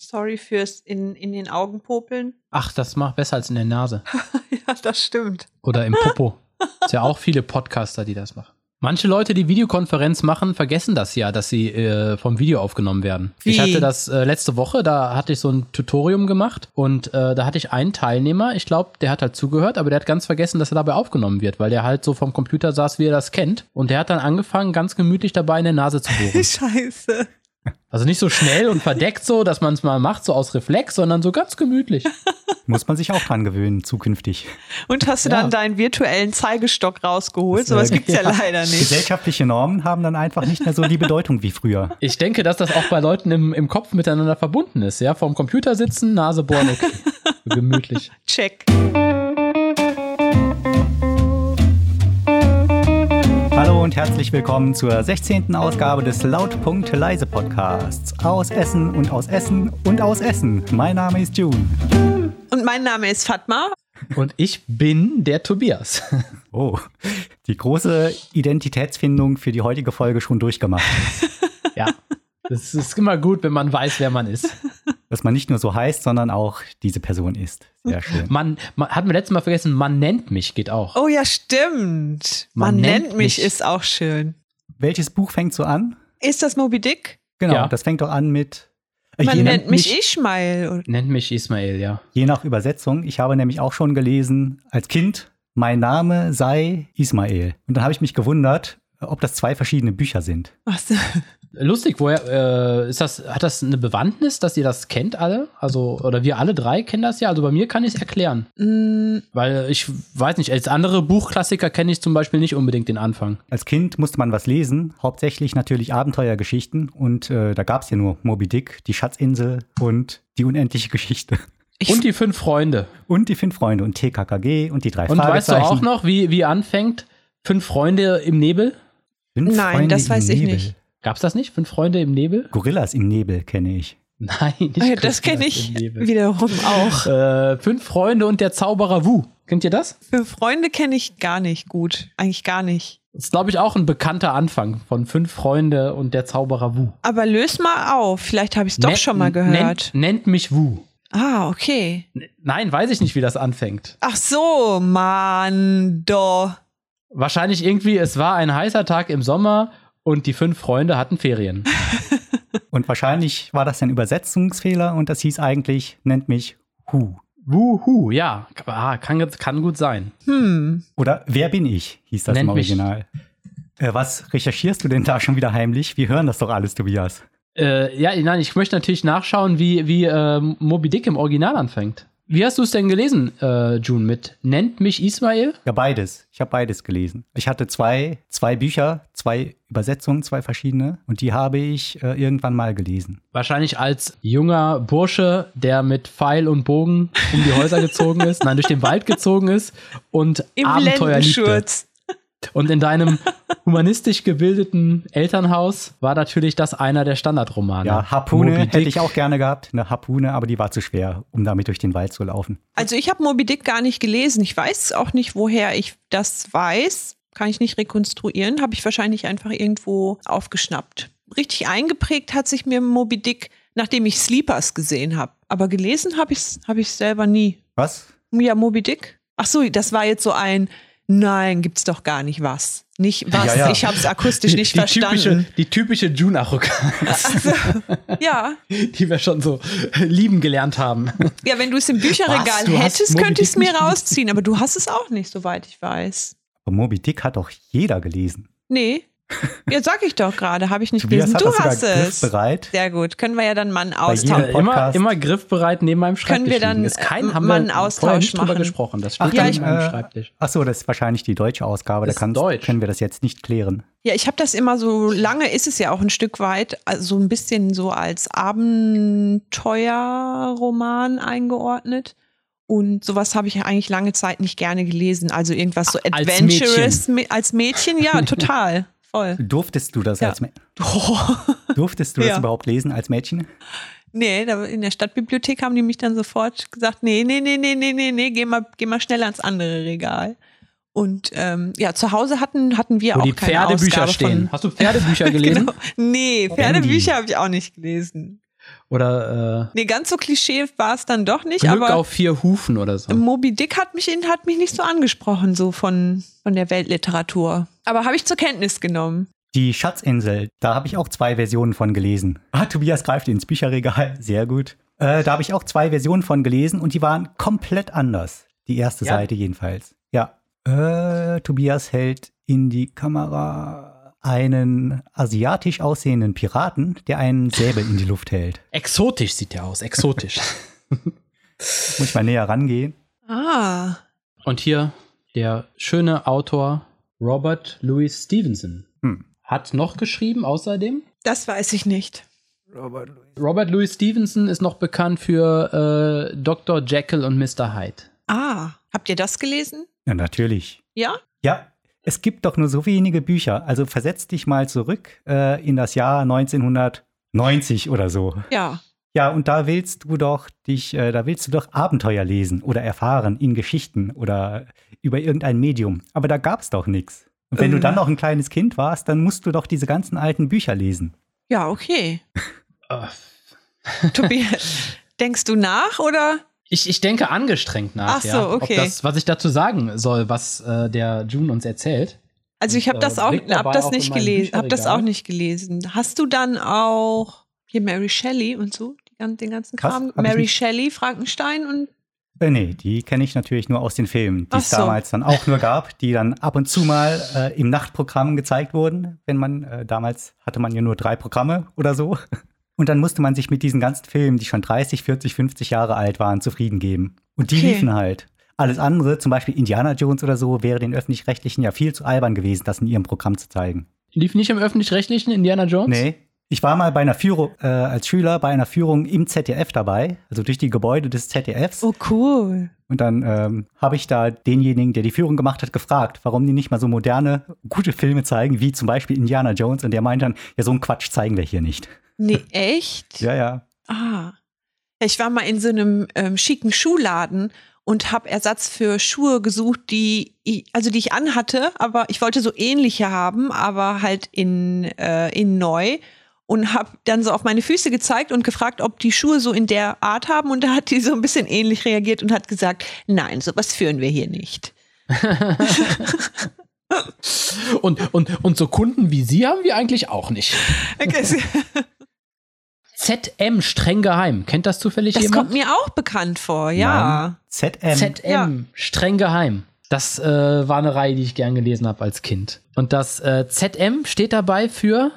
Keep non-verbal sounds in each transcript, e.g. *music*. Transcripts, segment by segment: Sorry fürs in, in den Augen popeln. Ach, das macht besser als in der Nase. *laughs* ja, das stimmt. Oder im Popo. Ist ja auch viele Podcaster, die das machen. Manche Leute, die Videokonferenz machen, vergessen das ja, dass sie äh, vom Video aufgenommen werden. Wie? Ich hatte das äh, letzte Woche, da hatte ich so ein Tutorium gemacht und äh, da hatte ich einen Teilnehmer, ich glaube, der hat halt zugehört, aber der hat ganz vergessen, dass er dabei aufgenommen wird, weil der halt so vom Computer saß, wie er das kennt. Und der hat dann angefangen, ganz gemütlich dabei in der Nase zu *laughs* bohren. Scheiße. Also nicht so schnell und verdeckt so, dass man es mal macht, so aus Reflex, sondern so ganz gemütlich. Muss man sich auch dran gewöhnen, zukünftig. Und hast du Ja. dann deinen virtuellen Zeigestock rausgeholt? Das, Sowas äh, gibt's ja, ja. leider nicht. Gesellschaftliche Normen haben dann einfach nicht mehr so die Bedeutung wie früher. Ich denke, dass das auch bei Leuten im, im Kopf miteinander verbunden ist, ja. Vom Computer sitzen, Nase bohren, okay. Gemütlich. Check. Hallo und herzlich willkommen zur 16. Ausgabe des Lautpunkt Leise Podcasts. Aus Essen und aus Essen und aus Essen. Mein Name ist June. Und mein Name ist Fatma. Und ich bin der Tobias. Oh, die große Identitätsfindung für die heutige Folge schon durchgemacht. Ja. Es ist immer gut, wenn man weiß, wer man ist. Dass man nicht nur so heißt, sondern auch diese Person ist. *laughs* Sehr schön. Man, man hat mir letztes Mal vergessen, man nennt mich, geht auch. Oh ja, stimmt. Man, Man nennt, nennt mich, mich. ist auch schön. Welches Buch fängt so an? Ist das Moby Dick? Genau, Ja. das fängt doch an mit. äh, Man je- nennt mich Ishmael. Und- Nennt mich Ismail, ja. Je nach Übersetzung. Ich habe nämlich auch schon gelesen, als Kind, mein Name sei Ismael. Und dann habe ich mich gewundert, ob das zwei verschiedene Bücher sind. Was? Lustig, woher äh, ist das, hat das eine Bewandtnis, dass ihr das kennt alle? Also, oder wir alle drei kennen das ja. Also bei mir kann ich es erklären. *laughs* Mm, Weil ich weiß nicht, als andere Buchklassiker kenne ich zum Beispiel nicht unbedingt den Anfang. Als Kind musste man was lesen, hauptsächlich natürlich Abenteuergeschichten. Und äh, da gab es ja nur Moby Dick, die Schatzinsel und die unendliche Geschichte. Ich- Und die fünf Freunde. Und die fünf Freunde und TKKG und die drei Und weißt du Fragezeichen. auch noch, wie, wie anfängt Fünf Freunde im Nebel? Fünf Nein, Freunde das im weiß ich Nebel. nicht. Gab's das nicht? Fünf Freunde im Nebel? *laughs* Gorillas im Nebel kenne ich. Nein, nicht Ah ja, das Christian kenne ich im Nebel. wiederum *laughs* auch. Äh, fünf Freunde und der Zauberer Wu. Kennt ihr das? Für Freunde kenne ich gar nicht gut. Eigentlich gar nicht. Das ist, glaube ich, auch ein bekannter Anfang von Fünf Freunde und der Zauberer Wu. Aber löst mal auf. Vielleicht habe ich es doch Nen- schon mal gehört. Nennt, nennt mich Wu. Ah, okay. N- Nein, weiß ich nicht, wie das anfängt. Ach so, Mando. Wahrscheinlich irgendwie, es war ein heißer Tag im Sommer und die fünf Freunde *laughs* hatten Ferien. Und wahrscheinlich war das ein Übersetzungsfehler und das hieß eigentlich, nennt mich Hu. Wuhu, ja. Ah, kann, kann gut sein. Hm. Oder Wer bin ich? hieß das Nennt im mich- Original. Äh, was recherchierst du denn da schon wieder heimlich? Wir hören das doch alles, Tobias. Äh, ja, nein, ich möchte natürlich nachschauen, wie, wie äh, Moby Dick im Original anfängt. Wie hast du es denn gelesen, äh, June, mit Nennt mich Ismail? Ja, beides. Ich habe beides gelesen. Ich hatte zwei, zwei Bücher, zwei Übersetzungen, zwei verschiedene. Und die habe ich äh, irgendwann mal gelesen. Wahrscheinlich als junger Bursche, der mit Pfeil und Bogen um die Häuser *laughs* gezogen ist, nein, durch den Wald gezogen ist und Im Abenteuer liebte. Lendenschurz. Und in deinem humanistisch gebildeten Elternhaus war natürlich das einer der Standardromane. Ja, Harpune Moby hätte Dick. ich auch gerne gehabt. Eine Harpune, aber die war zu schwer, um damit durch den Wald zu laufen. Also ich habe Moby Dick gar nicht gelesen. Ich weiß auch nicht, woher ich das weiß. Kann ich nicht rekonstruieren. Habe ich wahrscheinlich einfach irgendwo aufgeschnappt. Richtig eingeprägt hat sich mir Moby Dick, nachdem ich Sleepers gesehen habe. Aber gelesen habe ich es hab ich's selber nie. Was? Ja, Moby Dick. Ach so, das war jetzt so ein Nein, gibt's doch gar nicht was. Nicht was, Ja, ja. ich habe es akustisch nicht die verstanden. Typische, die typische June-Arroganz, Ja. die wir schon so lieben gelernt haben. ja, wenn du es im Bücherregal Was? Du hast hättest, Moby könnte ich es Dick mir nicht- rausziehen. Aber du hast es auch nicht, soweit ich weiß. Aber Moby Dick hat doch jeder gelesen. Nee. *laughs* Ja, sag ich doch gerade, habe ich nicht Tobias gelesen. hat Du das hast sogar es. griffbereit. Sehr gut. Können wir ja dann mal einen jedem- Austausch. Äh, immer, Podcast. immer griffbereit neben meinem Schreibtisch. Können wir dann, liegen. äh, kein, haben mal wir einen vorher Austausch nicht drüber machen? gesprochen. Das Ach, steht ja, dann ich- neben meinem äh, Schreibtisch. Ach so, das ist wahrscheinlich die deutsche Ausgabe. Da Ist kannst, deutsch. können wir das jetzt nicht klären. Ja, ich habe das immer so lange, ist es ja auch ein Stück weit, also so ein bisschen so als Abenteuerroman eingeordnet. Und sowas habe ich eigentlich lange Zeit nicht gerne gelesen. Also irgendwas so Als adventurous mi- als Mädchen, *laughs* ja, total. Voll. Durftest du das Ja. *laughs* als Mä- Oh, Durftest du Ja. das überhaupt lesen als Mädchen? nee, da, in der Stadtbibliothek haben die mich dann sofort gesagt, nee, nee, nee, nee, nee, nee, nee, geh mal, geh mal schnell ans andere Regal. Und ähm, ja, zu Hause hatten, hatten wir Wo auch die keine Pferdebücher Ausgabe stehen. Von, *laughs* Hast du Perdebücher gelesen? Genau. Nee, Randy. Pferdebücher habe ich auch nicht gelesen. Oder äh, Nee, ganz so klischee war es dann doch nicht, Glück aber Ähm, auf vier Hufen oder so. Moby Dick hat mich, in- hat mich nicht so angesprochen, so von, von der Weltliteratur. Aber habe ich zur Kenntnis genommen. Die Schatzinsel, da habe ich auch zwei Versionen von gelesen. Ah, Tobias greift ins Bücherregal. Sehr gut. Äh, da habe ich auch zwei Versionen von gelesen und die waren komplett anders. Die erste Ja? Seite jedenfalls. Ja. Äh, Tobias hält in die Kamera einen asiatisch aussehenden Piraten, der einen Säbel in die Luft hält. Exotisch sieht der aus, *laughs* exotisch. Muss ich mal näher rangehen. Ah, Und hier der schöne Autor Robert Louis Stevenson. Hm. Hat noch geschrieben außerdem? das weiß ich nicht. Robert Louis Stevenson ist noch bekannt für äh, Dr. Jekyll und Mr. Hyde. Ah, habt ihr das gelesen? Ja, natürlich. Ja? Ja, es gibt doch nur so wenige Bücher. Also versetz dich mal zurück äh, in das Jahr 1990 oder so. Ja. Ja, und da willst du doch dich, äh, da willst du doch Abenteuer lesen oder erfahren in Geschichten oder über irgendein Medium. Aber da gab's doch nichts. Und wenn du Ähm. dann noch ein kleines Kind warst, dann musst du doch diese ganzen alten Bücher lesen. Ja, okay. Äh, Tobias, denkst du nach oder? Ich, ich denke angestrengt nach, Ach so, ja, okay. ob das, was ich dazu sagen soll, was äh, der June uns erzählt. Also ich habe Und, das äh, auch, blick hab dabei das auch nicht in mein gelesen, habe das Bücherregal. auch nicht gelesen. Hast du dann auch hier Mary Shelley und so die gan- den ganzen Was? Kram? Hab ich Mary nicht- Shelley, Frankenstein und Äh, nee, die kenne ich natürlich nur aus den Filmen, die Ach es so. damals dann auch nur gab, die dann ab und zu mal äh, im Nachtprogramm gezeigt wurden, wenn man, äh, damals hatte man ja nur drei Programme oder so. Und dann musste man sich mit diesen ganzen Filmen, die schon 30, 40, 50 Jahre alt waren, zufrieden geben. Und die Okay. liefen halt. Alles andere, zum Beispiel Indiana Jones oder so, wäre den Öffentlich-Rechtlichen ja viel zu albern gewesen, das in ihrem Programm zu zeigen. Lief nicht im öffentlich-rechtlichen Indiana Jones? Nee. Ich war mal bei einer Führung, äh, als Schüler bei einer Führung im ZDF dabei, also durch die Gebäude des ZDFs. oh cool. Und dann ähm, habe ich da denjenigen, der die Führung gemacht hat, gefragt, warum die nicht mal so moderne, gute Filme zeigen, wie zum Beispiel Indiana Jones. Und der meint dann, ja, so einen Quatsch zeigen wir hier nicht. Nee, echt? Ja, ja. Ah. Ich war mal in so einem ähm, schicken Schuhladen und habe Ersatz für Schuhe gesucht, die ich, also die ich anhatte, aber ich wollte so ähnliche haben, aber halt in, äh, in neu und habe dann so auf meine Füße gezeigt und gefragt, ob die Schuhe so in der Art haben und da hat die so ein bisschen ähnlich reagiert und hat gesagt, nein, sowas führen wir hier nicht. Und, und, und so Kunden wie Sie haben wir eigentlich auch nicht. ZM streng geheim. Kennt das *laughs* zufällig Das kommt jemand? mir auch bekannt vor, ja. ZM. ZM streng geheim. Das äh, war eine Reihe, die ich gern gelesen habe als Kind. Und das äh, ZM steht dabei für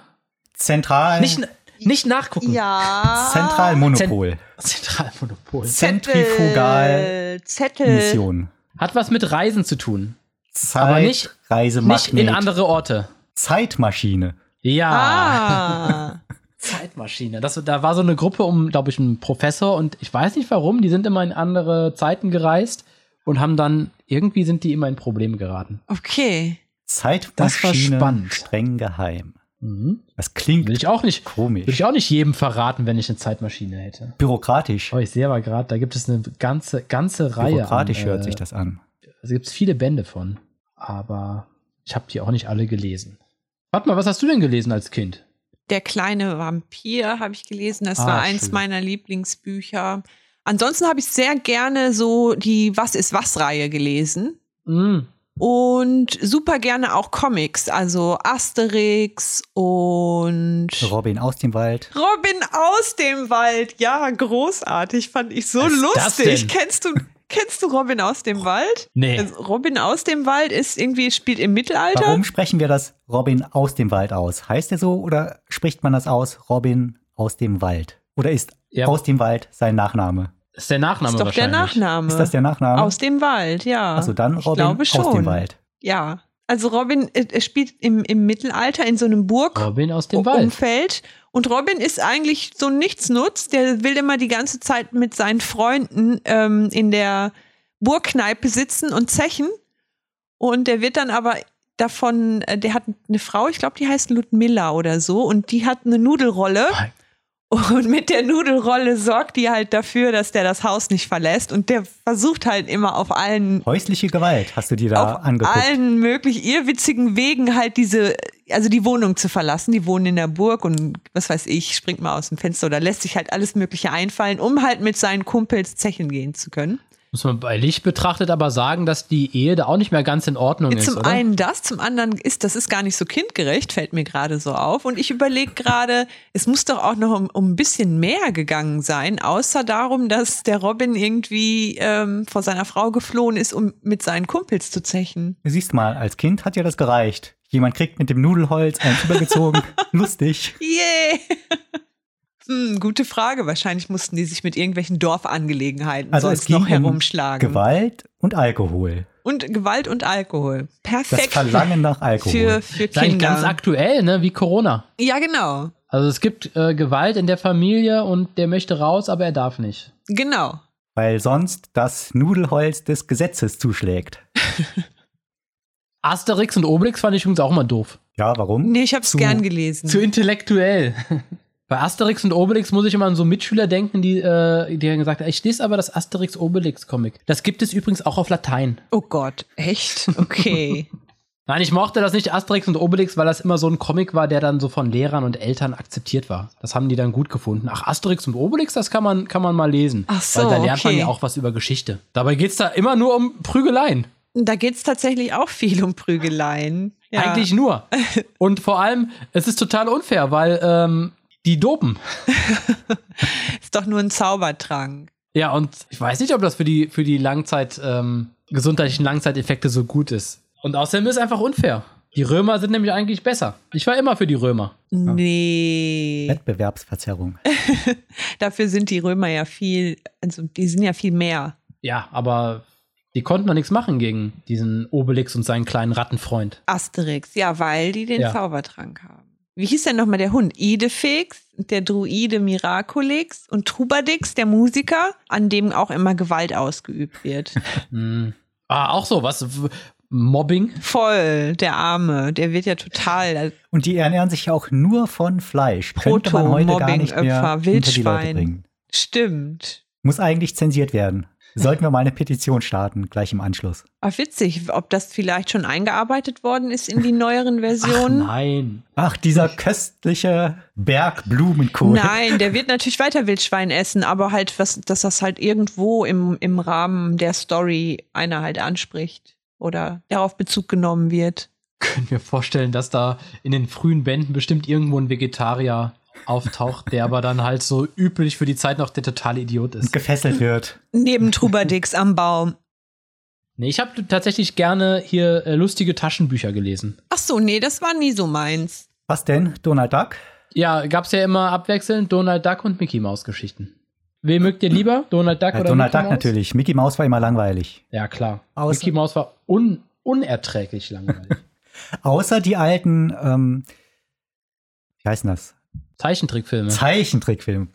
Zentral. nicht, Ah. nicht nachgucken. Äh, Ja. Zentralmonopol. *laughs* Zentralmonopol. Zentrifugalmission. Zettel. Hat was mit Reisen zu tun. Zeit, Aber nicht- Reisemagnet. Nicht in andere Orte. Zeitmaschine. Ja. *laughs* Ah. Zeitmaschine. Das, da war so eine Gruppe um, glaube ich, einen Professor und ich weiß nicht warum, die sind immer in andere Zeiten gereist und haben dann, irgendwie sind die immer in Probleme geraten. Okay. Zeitmaschine. Das war spannend. Streng geheim. Mhm. Das Will klingt ich auch nicht. Würde komisch. ich auch nicht jedem verraten, wenn ich eine Zeitmaschine hätte. Bürokratisch. Oh, ich sehe aber gerade, da gibt es eine ganze, ganze Reihe. Bürokratisch an, hört äh, sich das an. Also gibt es viele Bände von. Aber ich habe die auch nicht alle gelesen. Warte mal, was hast du denn gelesen als Kind? Der kleine Vampir habe ich gelesen. Das Ah, war eins schön. meiner Lieblingsbücher. Ansonsten habe ich sehr gerne so die Was ist was Reihe gelesen. Mm. Und super gerne auch Comics, also Asterix und Robin aus dem Wald. Robin aus dem Wald. Ja, großartig, fand ich so Was ist das lustig. denn? Kennst du, kennst du Robin aus dem Wald? Nee. Also Robin aus dem Wald ist irgendwie, spielt im Mittelalter. Warum sprechen wir das Robin aus dem Wald aus? Heißt er so oder spricht man das aus Robin aus dem Wald? Oder ist Ja. aus dem Wald sein Nachname? Ist der Nachname ist doch der wahrscheinlich. Nachname. Ist das der Nachname? Aus dem Wald, ja. also dann ich Robin glaube aus schon. dem Wald. Ja. Also Robin äh, äh, spielt im, im Mittelalter in so einem Burg. Robin aus dem U- Wald. Umfeld. Und Robin ist eigentlich so ein Nichtsnutz, der will immer die ganze Zeit mit seinen Freunden ähm, in der Burgkneipe sitzen und zechen. Und der wird dann aber davon, äh, der hat eine Frau, ich glaube, die heißt Ludmilla oder so, und die hat eine Nudelrolle. Nein. Und mit der Nudelrolle sorgt die halt dafür, dass der das Haus nicht verlässt. Und der versucht halt immer auf allen Häusliche Gewalt hast du dir da auf angeguckt. allen möglich irrwitzigen Wegen halt diese also die Wohnung zu verlassen. Die wohnen in der Burg und was weiß ich, springt mal aus dem Fenster oder lässt sich halt alles Mögliche einfallen, um halt mit seinen Kumpels Zechen gehen zu können. Muss man bei Licht betrachtet aber sagen, dass die Ehe da auch nicht mehr ganz in Ordnung ist. Zum oder? einen das, zum anderen ist, das ist gar nicht so kindgerecht, fällt mir gerade so auf. Und ich überlege gerade, es muss doch auch noch um, um ein bisschen mehr gegangen sein, außer darum, dass der Robin irgendwie ähm, vor seiner Frau geflohen ist, um mit seinen Kumpels zu zechen. Du siehst mal, als Kind hat ja das gereicht. Jemand kriegt mit dem Nudelholz *laughs* eins übergezogen. Lustig. Yay! Hm, gute Frage. Wahrscheinlich mussten die sich mit irgendwelchen Dorfangelegenheiten Also es sonst ging noch um herumschlagen. Gewalt und Alkohol. Und Gewalt und Alkohol. Das Perfekt Verlangen nach Alkohol. für, für Ist eigentlich ganz Kinder. aktuell, ne? Wie Corona. Ja, genau. Also es gibt äh, Gewalt in der Familie und der möchte raus, aber er darf nicht. Genau. weil sonst das Nudelholz des Gesetzes zuschlägt. Asterix und Obelix fand ich übrigens auch mal doof. Ja, warum? Nee, ich hab's Zu- gern gelesen. Zu intellektuell. *laughs* Bei Asterix und Obelix muss ich immer an so Mitschüler denken, die, äh, die haben gesagt, ich lese aber das Asterix-Obelix-Comic. Das gibt es übrigens auch auf Latein. oh Gott, echt? *laughs* Okay. Nein, ich mochte das nicht Asterix und Obelix, weil das immer so ein Comic war, der dann so von Lehrern und Eltern akzeptiert war. Das haben die dann gut gefunden. Ach, Asterix und Obelix, das kann man, kann man mal lesen. Ach so, Weil da lernt man okay. ja auch was über Geschichte. Dabei geht's da immer nur um Prügeleien. da geht's tatsächlich auch viel um Prügeleien. Ja. Eigentlich *laughs* nur. Und vor allem, es ist total unfair, weil ähm, die dopen. ist doch nur ein Zaubertrank. Ja, und ich weiß nicht, ob das für die, für die Langzeit, ähm, gesundheitlichen Langzeiteffekte so gut ist. Und außerdem ist es einfach unfair. Die Römer sind nämlich eigentlich besser. Ich war immer für die Römer. Äh. Nee. Wettbewerbsverzerrung. Dafür sind die Römer ja viel, also die sind ja viel mehr. Ja, aber die konnten doch nichts machen gegen diesen Obelix und seinen kleinen Rattenfreund. Asterix, ja, weil die den Ja. Zaubertrank haben. Wie hieß denn nochmal der Hund? Idefix, der Druide Miraculix und Trubadix, der Musiker, an dem auch immer Gewalt ausgeübt *laughs* wird. Hm. Ah, auch so, was? W- Mobbing? Voll, der Arme, der wird ja total. Und die ernähren sich ja auch nur von Fleisch. Könnte man heute gar nicht Proto-Mobbing-Opfer, mehr hinter die äh, Leute Wildschwein. bringen. Stimmt. Muss eigentlich zensiert werden. Sollten wir mal eine Petition starten, gleich im Anschluss. Ach, Ah, witzig, ob das vielleicht schon eingearbeitet worden ist in die neueren Ach, Versionen. nein. Ach, dieser köstliche Berg Blumenkohl. Nein, der wird natürlich weiter Wildschwein essen, aber halt, was, dass das halt irgendwo im, im Rahmen der Story einer halt anspricht oder darauf Bezug genommen wird. Können wir vorstellen, dass da in den frühen Bänden bestimmt irgendwo ein Vegetarier auftaucht, der aber dann halt so üblich für die Zeit noch der totale Idiot ist. Gefesselt wird. Neben Trubadix am Baum. Nee, ich habe tatsächlich gerne hier äh, lustige Taschenbücher gelesen. Ach so, nee, das war nie so meins. Was denn? Donald Duck? Ja, gab's ja immer abwechselnd Donald Duck und Mickey Maus Geschichten. Wen mögt ihr lieber? Donald Duck Ja, oder Äh, Donald Mickey Duck Mouse? natürlich. Mickey Mouse war immer langweilig. Ja, klar. Außer- Mickey Mouse war un unerträglich *laughs* langweilig. Außer die alten, ähm, wie heißen das? Zeichentrickfilme. Zeichentrickfilme.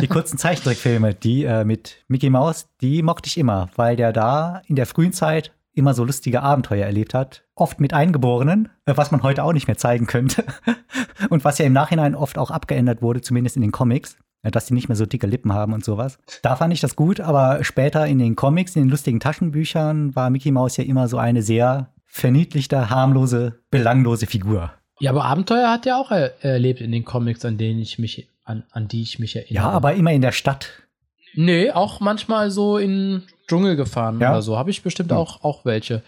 Die kurzen Zeichentrickfilme, die äh, mit Mickey Mouse, die mochte ich immer, weil der da in der frühen Zeit immer so lustige Abenteuer erlebt hat. Oft mit Eingeborenen, äh, was man heute auch nicht mehr zeigen könnte. *laughs* Und was ja im Nachhinein oft auch abgeändert wurde, zumindest in den Comics, äh, dass die nicht mehr so dicke Lippen haben und sowas. Da fand ich das gut, aber später in den Comics, in den lustigen Taschenbüchern, war Mickey Mouse ja immer so eine sehr verniedlichte, harmlose, belanglose Figur. Ja, aber Abenteuer hat er auch er erlebt in den Comics, an denen ich mich an, an die ich mich erinnere. Ja, aber immer in der Stadt. Nee, auch manchmal so in Dschungel gefahren Ja? oder so. Habe ich bestimmt Hm. auch, auch welche.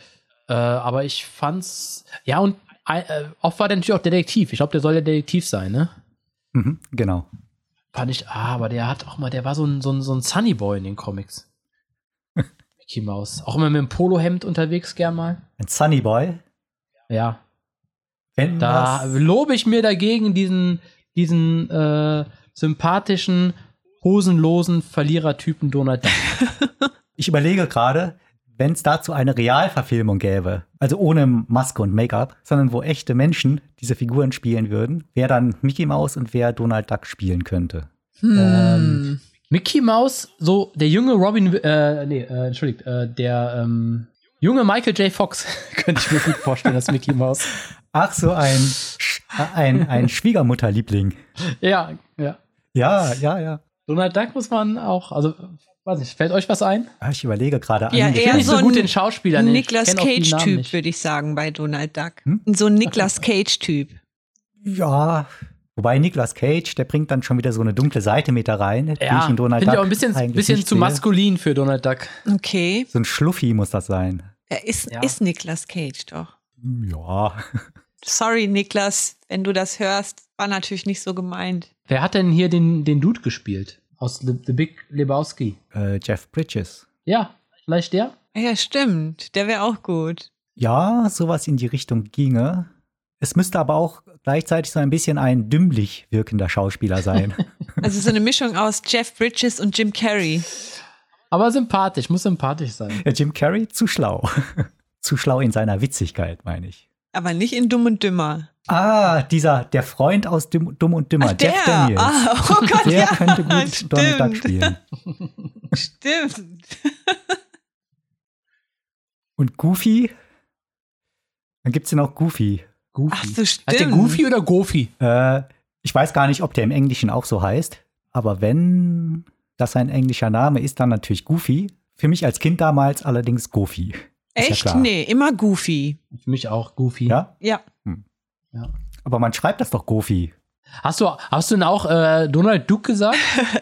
Äh, aber ich fand's. Ja, und ein- äh, oft war der natürlich auch Detektiv. Ich glaube, der soll ja Detektiv sein, ne? Mhm, genau. Fand ich, ah, aber der hat auch mal, der war so ein, so ein, so ein Sunny Boy in den *laughs* Comics. Mickey Mouse. Auch immer mit dem Polohemd unterwegs gern mal. Ein Sunny Boy. Ja. Wenn Da das- lobe ich mir dagegen diesen, diesen äh, sympathischen, hosenlosen Verlierertypen Donald *laughs* Duck. Ich überlege gerade, wenn es dazu eine Realverfilmung gäbe, also ohne Maske und Make-up, sondern wo echte Menschen diese Figuren spielen würden, wer dann Mickey Mouse und wer Donald Duck spielen könnte. Hm. Ähm, Mickey Mouse, so der junge Robin, äh, nee, äh, entschuldigt, äh, der ähm, junge Michael J. Fox, *laughs* könnte ich mir gut vorstellen, als Mickey Mouse. Ach, so ein, ein, ein Schwiegermutterliebling. *laughs* Ja, ja. Ja, ja, ja. Donald Duck muss man auch, also Weiß nicht, fällt euch was ein? Ah, Ich überlege gerade. Ja, einige eher Bin Filme. nicht so so gut ein den Schauspielern. ich Nicolas kenn auch die Namen Cage-Typ, nicht. würde ich sagen, bei Donald Duck. Hm? So ein Nicolas Cage-Typ. ja. Wobei Nicolas Cage, der bringt dann schon wieder so eine dunkle Seite mit da rein. die Ja, ich in Donald finde ich auch ein Duck bisschen, eigentlich bisschen nicht zu sehe. maskulin für Donald Duck. Okay. So ein Schluffi muss das sein. Hm, Er ist, Ja. ist Nicolas Cage doch. Ja. Sorry, Niklas, wenn du das hörst, war natürlich nicht so gemeint. Wer hat denn hier den, den Dude gespielt? Aus Le The Big Lebowski. Äh, Jeff Bridges. Ja, vielleicht der? Ah Ja, stimmt. Der wäre auch gut. Ja, sowas in die Richtung ginge. Es müsste aber auch gleichzeitig so ein bisschen ein dümmlich wirkender *laughs* Schauspieler sein. Also so eine Mischung aus Jeff Bridges und Jim Carrey. Aber sympathisch, muss sympathisch sein. Ja, Jim Carrey zu schlau. *laughs* zu schlau in seiner Witzigkeit, meine ich. Aber nicht in Dumm und Dümmer. Ah, dieser, der Freund aus Dumm, Dumm und Dümmer, Ach, Jeff Daniels. Ah, oh Gott, der ja. könnte *laughs* gut Donald stimmt, Duck spielen. Stimmt. Und Goofy? Dann gibt's ja noch Goofy. Goofy. Ach so, stimmt. Hat der Goofy oder Goofy? Äh, ich weiß gar nicht, ob der im Englischen auch so heißt. Aber wenn das ein englischer Name ist, dann natürlich Goofy. Für mich als Kind damals allerdings Goofy. Ist ja Echt? klar. nee, immer Goofy. Für mich auch Goofy. Ja? Ja. Aber man schreibt das doch Goofy. Hast du, hast du denn auch äh, Donald Duck gesagt?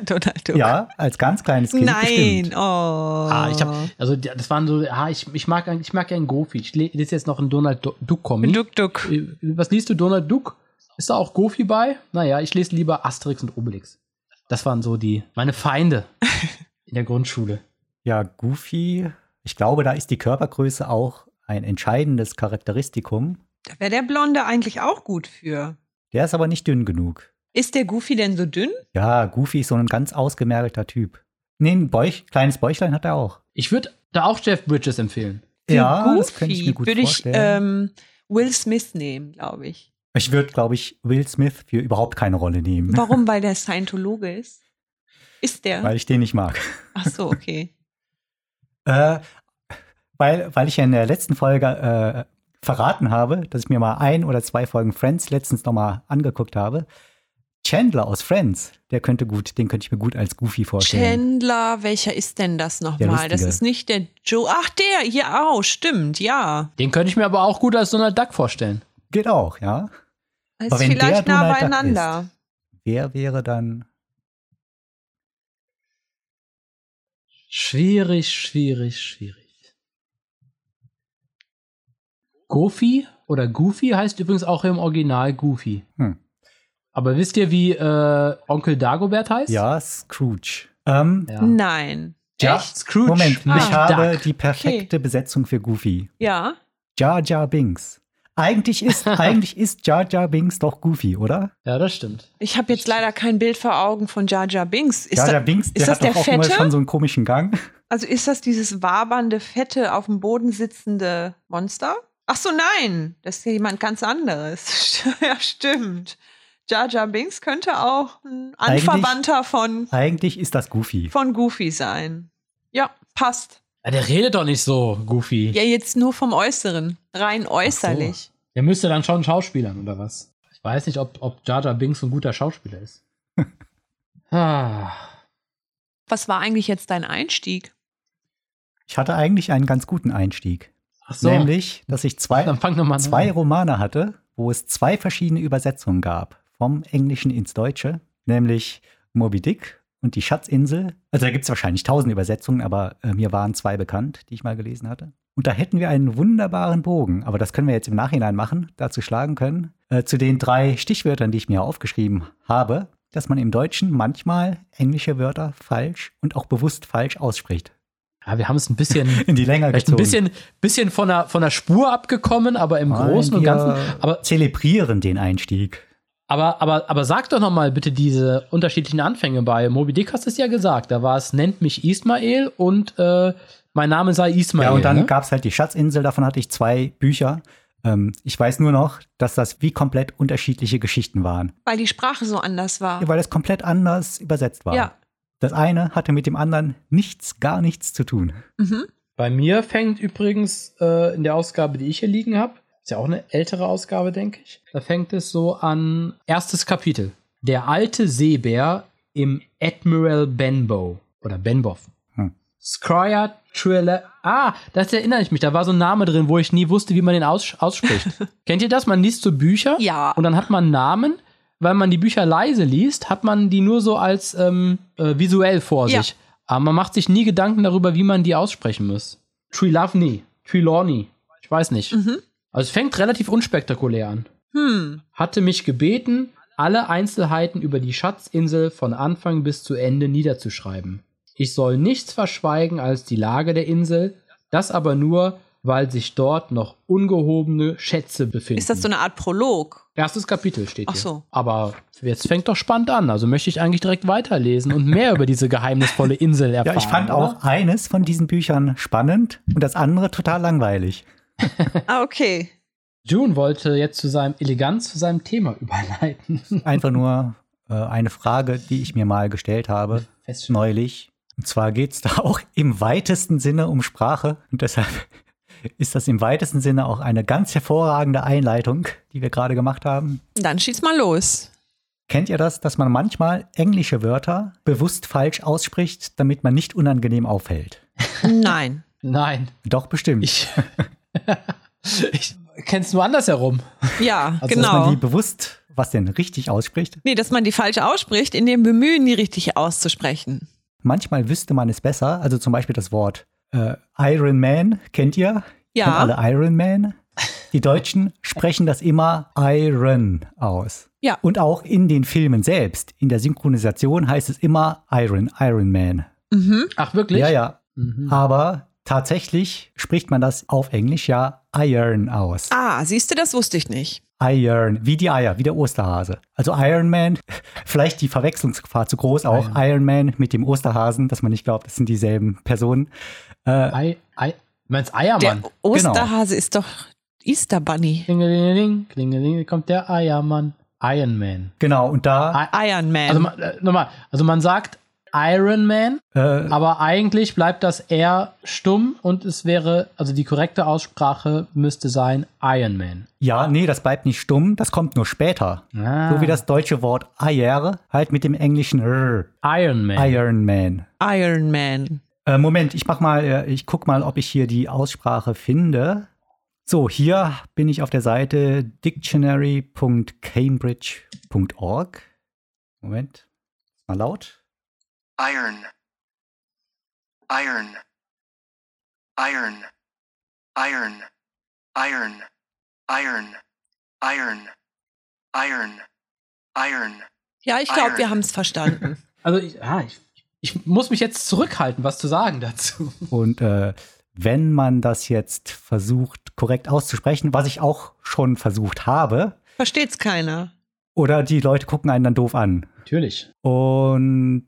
Donald Duck. Ja, als ganz kleines Kind. Nein, Bestimmt. oh. Ah, Ah, ich hab, also die- das waren so, ah, ich, ich mag eigentlich- ich mag gern Goofy. Ich le- lese jetzt noch einen Donald Du- Duck-Comic. Duck Duck. Äh, Was liest du, Donald Duck? Ist da auch Goofy bei? Naja, ich lese lieber Asterix und Obelix. Das waren so die, meine Feinde *laughs* in der Grundschule. Ja, Goofy. Ich glaube, da ist die Körpergröße auch ein entscheidendes Charakteristikum. Da wäre der Blonde eigentlich auch gut für. Der ist aber nicht dünn genug. Ist der Goofy denn so dünn? Ja, Goofy ist so ein ganz ausgemergelter Typ. Nee, ein Bäuch, kleines Bäuchlein hat er auch. Ich würde da auch Jeff Bridges empfehlen. Für ja, Goofy das könnte ich mir gut würde ich vorstellen. ähm, Will Smith nehmen, glaube ich. ich würde, glaube ich, Will Smith für überhaupt keine Rolle nehmen, Warum? Weil der Scientologe ist? Ist der? weil ich den nicht mag. Ach so, okay. Äh, weil, weil ich ja in der letzten Folge äh, verraten habe, dass ich mir mal ein oder zwei Folgen Friends letztens nochmal angeguckt habe. Chandler aus Friends, der könnte gut, den könnte ich mir gut als Goofy *laughs* vorstellen. Chandler, welcher ist denn das Der nochmal? Das Lustige. ist nicht der Joe. Ach, der, ja, auch, stimmt, ja. Den könnte ich mir aber auch gut als Donald Duck vorstellen. Geht auch, ja. Ist Aber wenn der vielleicht nah Donald Duck beieinander. Wer wäre dann. Schwierig, schwierig, schwierig. Goofy oder Goofy heißt übrigens auch im Original Goofy. Hm. Aber wisst ihr, wie äh, Onkel Dagobert heißt? Ja, Scrooge. Ähm, Ja. Nein. Ja. Echt? Scrooge. Moment, ich Ah. habe Duck. die perfekte Besetzung für Goofy. Ja. Jar Jar Binks. *laughs* Eigentlich ist, eigentlich ist Jar Jar Binks doch Goofy, oder? Ja, das stimmt. Ich habe jetzt leider kein Bild vor Augen von Jar Jar Binks. Ist Jar da- Jar Binks, der ist das hat doch der auch immer Fette? schon so einen komischen Gang. *laughs* also ist das dieses wabernde, fette, auf dem Boden sitzende Monster? Ach so, nein. Das ist ja jemand ganz anderes. *laughs* ja, stimmt. Jar Jar Binks könnte auch ein Eigentlich- Anverwandter von Eigentlich ist das Goofy. von Goofy sein. Ja, passt. Ja, der redet doch nicht so, Goofy. Ja, jetzt nur vom Äußeren. Rein äußerlich. Der müsste dann schon Schauspielern, oder was? Ich weiß nicht, ob, ob Jar Jar Binks ein guter Schauspieler *laughs* ist. ah. Was war eigentlich jetzt dein Einstieg? Ich hatte eigentlich einen ganz guten Einstieg. Ach so. Nämlich, dass ich zwei, Dann fang nochmal zwei an. Romane hatte, wo es zwei verschiedene Übersetzungen gab. Vom Englischen ins Deutsche, nämlich Moby Dick und die Schatzinsel. Also da gibt es wahrscheinlich tausend Übersetzungen, aber äh, mir waren zwei bekannt, die ich mal gelesen hatte. Und da hätten wir einen wunderbaren Bogen, aber das können wir jetzt im Nachhinein machen, dazu schlagen können, äh, zu den drei Stichwörtern, die ich mir aufgeschrieben habe, dass man im Deutschen manchmal englische Wörter falsch und auch bewusst falsch ausspricht. Ja, wir haben es ein bisschen, *laughs* In die Länge vielleicht gezogen. ein bisschen, bisschen von, der, von der Spur abgekommen, aber im Großen und wir Ganzen. Aber, zelebrieren den Einstieg. aber, aber, aber sag doch nochmal bitte diese unterschiedlichen Anfänge bei Moby Dick hast du es ja gesagt. Da war es, nennt mich Ismael und äh, mein Name sei Ismael. Ja, und dann ne? gab es halt die Schatzinsel, davon hatte ich zwei Bücher. Ähm, ich weiß nur noch, dass das wie komplett unterschiedliche Geschichten waren, Weil die Sprache so anders war. weil das komplett anders übersetzt war. Ja. Das eine hatte mit dem anderen nichts, gar nichts zu tun. Mhm. Bei mir fängt übrigens äh, in der Ausgabe, die ich hier liegen habe, ist ja auch eine ältere Ausgabe, denke ich. Da fängt es so an. Erstes Kapitel. Der alte Seebär im Admiral Benbow oder Benbow. Hm. Scryer Trailer. Ah, das erinnere ich mich. Da war so ein Name drin, wo ich nie wusste, wie man den aus *laughs* ausspricht. Kennt ihr das? Man liest so Bücher Ja. und dann hat man Namen. Weil man die Bücher leise liest, hat man die nur so als ähm, äh, visuell vor Ja. sich. Aber man macht sich nie Gedanken darüber, wie man die aussprechen muss. Tree Love Nie. Tree Ich weiß nicht. Mhm. Also es fängt relativ unspektakulär an Hm. hatte mich gebeten, alle Einzelheiten über die Schatzinsel von Anfang bis zu Ende niederzuschreiben. Ich soll nichts verschweigen als die Lage der Insel, das aber nur, weil sich dort noch ungehobene Schätze befinden. Ist das so eine Art *laughs* Prolog? Erstes Kapitel steht Ach hier. so. Aber jetzt fängt doch spannend an, also möchte ich eigentlich direkt weiterlesen und mehr über diese geheimnisvolle Insel erfahren. Ja, ich fand auch eines von diesen Büchern spannend und das andere total langweilig. Ah, okay. June wollte jetzt zu seinem Eleganz, zu seinem Thema überleiten. *laughs* Einfach nur äh, eine Frage, die ich mir mal gestellt habe, Feststellen. neulich. Und zwar geht es da *laughs* auch im weitesten Sinne um Sprache. Und deshalb *laughs* ist das im weitesten Sinne auch eine ganz hervorragende Einleitung, die wir gerade gemacht haben. Dann schieß mal *laughs* los. Kennt ihr das, dass man manchmal englische Wörter bewusst falsch ausspricht, damit man nicht unangenehm auffällt? Nein. Nein, Doch bestimmt. ich, *laughs* ich kenn's nur andersherum. Ja, also, dass genau. man die bewusst, was denn richtig ausspricht. nee, dass man die falsch ausspricht, in dem Bemühen, die richtig auszusprechen. Manchmal wüsste man es besser. Also zum Beispiel das Wort äh, Iron Man, kennt ihr? Ja. Kennt alle Iron Man? *laughs* Die Deutschen sprechen das immer Iron aus. Ja. Und auch in den Filmen selbst, in der Synchronisation heißt es immer Iron, Iron Man. Mhm. Ach, wirklich? Ja, ja. Mhm. Aber tatsächlich spricht man das auf Englisch ja Iron aus. Ah, siehst du, das wusste ich nicht. Iron, wie die Eier, wie der Osterhase. Also Iron Man, *laughs* vielleicht die Verwechslungsgefahr zu groß auch. Iron Man mit dem Osterhasen, dass man nicht glaubt, das sind dieselben Personen. Ei, Ei, du meinst Der Eiermann? Osterhase ist doch Easter Bunny. Klingelingeling, klingelingeling, kommt der Eiermann. Iron Man. Genau, und da, Iron Man. Also man- äh, nochmal, also man sagt Iron Man, äh, aber eigentlich bleibt das R stumm und es wäre, also die korrekte Aussprache müsste sein Iron Man. ja, nee, das bleibt nicht stumm, das kommt nur später. Ah. So wie das deutsche Wort Eier, halt mit dem englischen R, Iron Man. Iron Man. Iron Man. Äh, Moment, ich mach mal, äh, ich guck mal, ob ich hier die Aussprache finde. So, hier bin ich auf der Seite dictionary.cambridge.org. Moment, mal laut. iron, iron, iron, iron, iron, iron, iron, iron, iron. Ja, ich glaube, Iron. wir haben es verstanden. Also ich, ah, ich, ich muss mich jetzt zurückhalten, was zu sagen dazu. *laughs* Und äh, wenn man das jetzt versucht, korrekt auszusprechen, was ich auch schon versucht habe, Versteht's keiner. oder die Leute gucken einen dann doof an. Natürlich. Und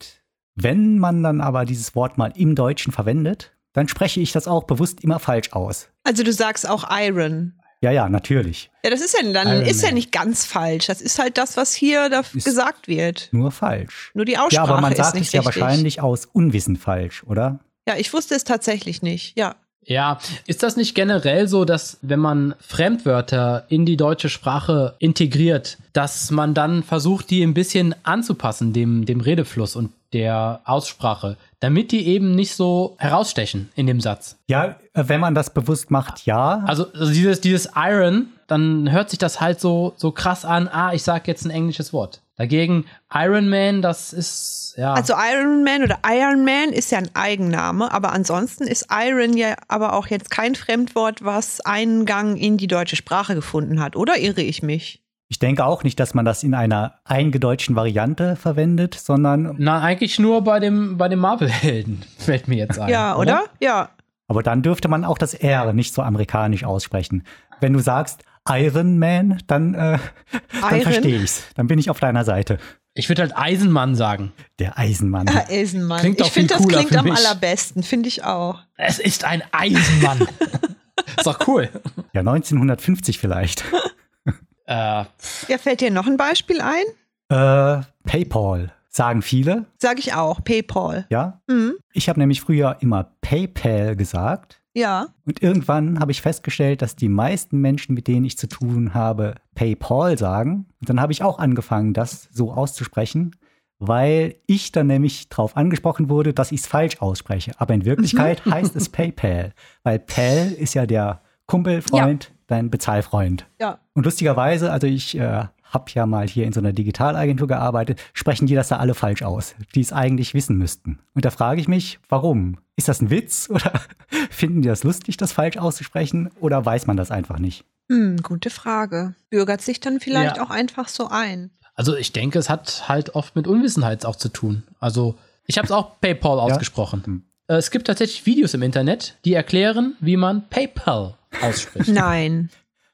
wenn man dann aber dieses Wort mal im Deutschen verwendet, dann spreche ich das auch bewusst immer falsch aus. Also du sagst auch Iron. Ja, ja, natürlich. Ja, das ist ja dann Iron ist ja Man. nicht ganz falsch. Das ist halt das, was hier da Ist- gesagt wird. Nur falsch. Nur die Aussprache ja, aber man ist sagt nicht es ja richtig. wahrscheinlich aus Unwissen falsch, oder? Ja, ich wusste es tatsächlich nicht. Ja. Ja, ist das nicht generell so, dass wenn man Fremdwörter in die deutsche Sprache integriert, dass man dann versucht, die ein bisschen anzupassen, dem, dem Redefluss und der Aussprache, damit die eben nicht so herausstechen in dem Satz? Ja, äh, wenn man das bewusst macht, ja. Also, also dieses, dieses Iron, dann hört sich das halt so, so krass an, ah, ich sag jetzt ein englisches Wort. Dagegen Iron Man, das ist, ja. Also Iron Man oder Iron Man ist ja ein Eigenname, aber ansonsten ist Iron ja aber auch jetzt kein Fremdwort, was einen Gang in die deutsche Sprache gefunden hat, oder irre ich mich? ich denke auch nicht, dass man das in einer eingedeutschten Variante verwendet, sondern na, eigentlich nur bei dem, bei dem Marvel-Helden, *laughs* fällt mir jetzt ein. ja, oder? Ja. aber dann dürfte man auch das R nicht so amerikanisch aussprechen. Wenn du sagst Iron Man, dann, äh, dann Iron. verstehe ich's. Dann bin ich auf deiner Seite. Ich würde halt Eisenmann sagen. Der Eisenmann. Ah, Eisenmann. Klingt doch ich finde, viel das cooler klingt für am mich. allerbesten, finde ich auch. Es ist ein Eisenmann. *laughs* ist doch cool. Ja, 1950 vielleicht. Äh, pff, Ja, fällt dir noch ein Beispiel ein? äh, PayPal sagen viele, Sag ich auch, PayPal. ja. Hm, Ich habe nämlich früher immer PayPal gesagt. ja. Und irgendwann habe ich festgestellt, dass die meisten Menschen, mit denen ich zu tun habe, PayPal sagen. Und dann habe ich auch angefangen, das so auszusprechen, weil ich dann nämlich darauf angesprochen wurde, dass ich es falsch ausspreche. Aber in Wirklichkeit heißt es PayPal, weil Pal ist ja der Kumpel, Freund, dein Bezahlfreund. Ja. Und lustigerweise, also ich äh, habe ja mal hier in so einer Digitalagentur gearbeitet, sprechen die das da alle falsch aus, die es eigentlich wissen müssten. Und da frage ich mich, warum? Ist das ein Witz *laughs* oder finden die das lustig, das falsch auszusprechen oder weiß man das einfach nicht? Hm, gute Frage. Bürgert sich dann vielleicht Ja. auch einfach so ein. Also ich denke, es hat halt oft mit Unwissenheit auch zu tun. Also ich habe es auch PayPal ausgesprochen. Hm. Äh, Es gibt tatsächlich Videos im Internet, die erklären, wie man PayPal ausspricht. Nein.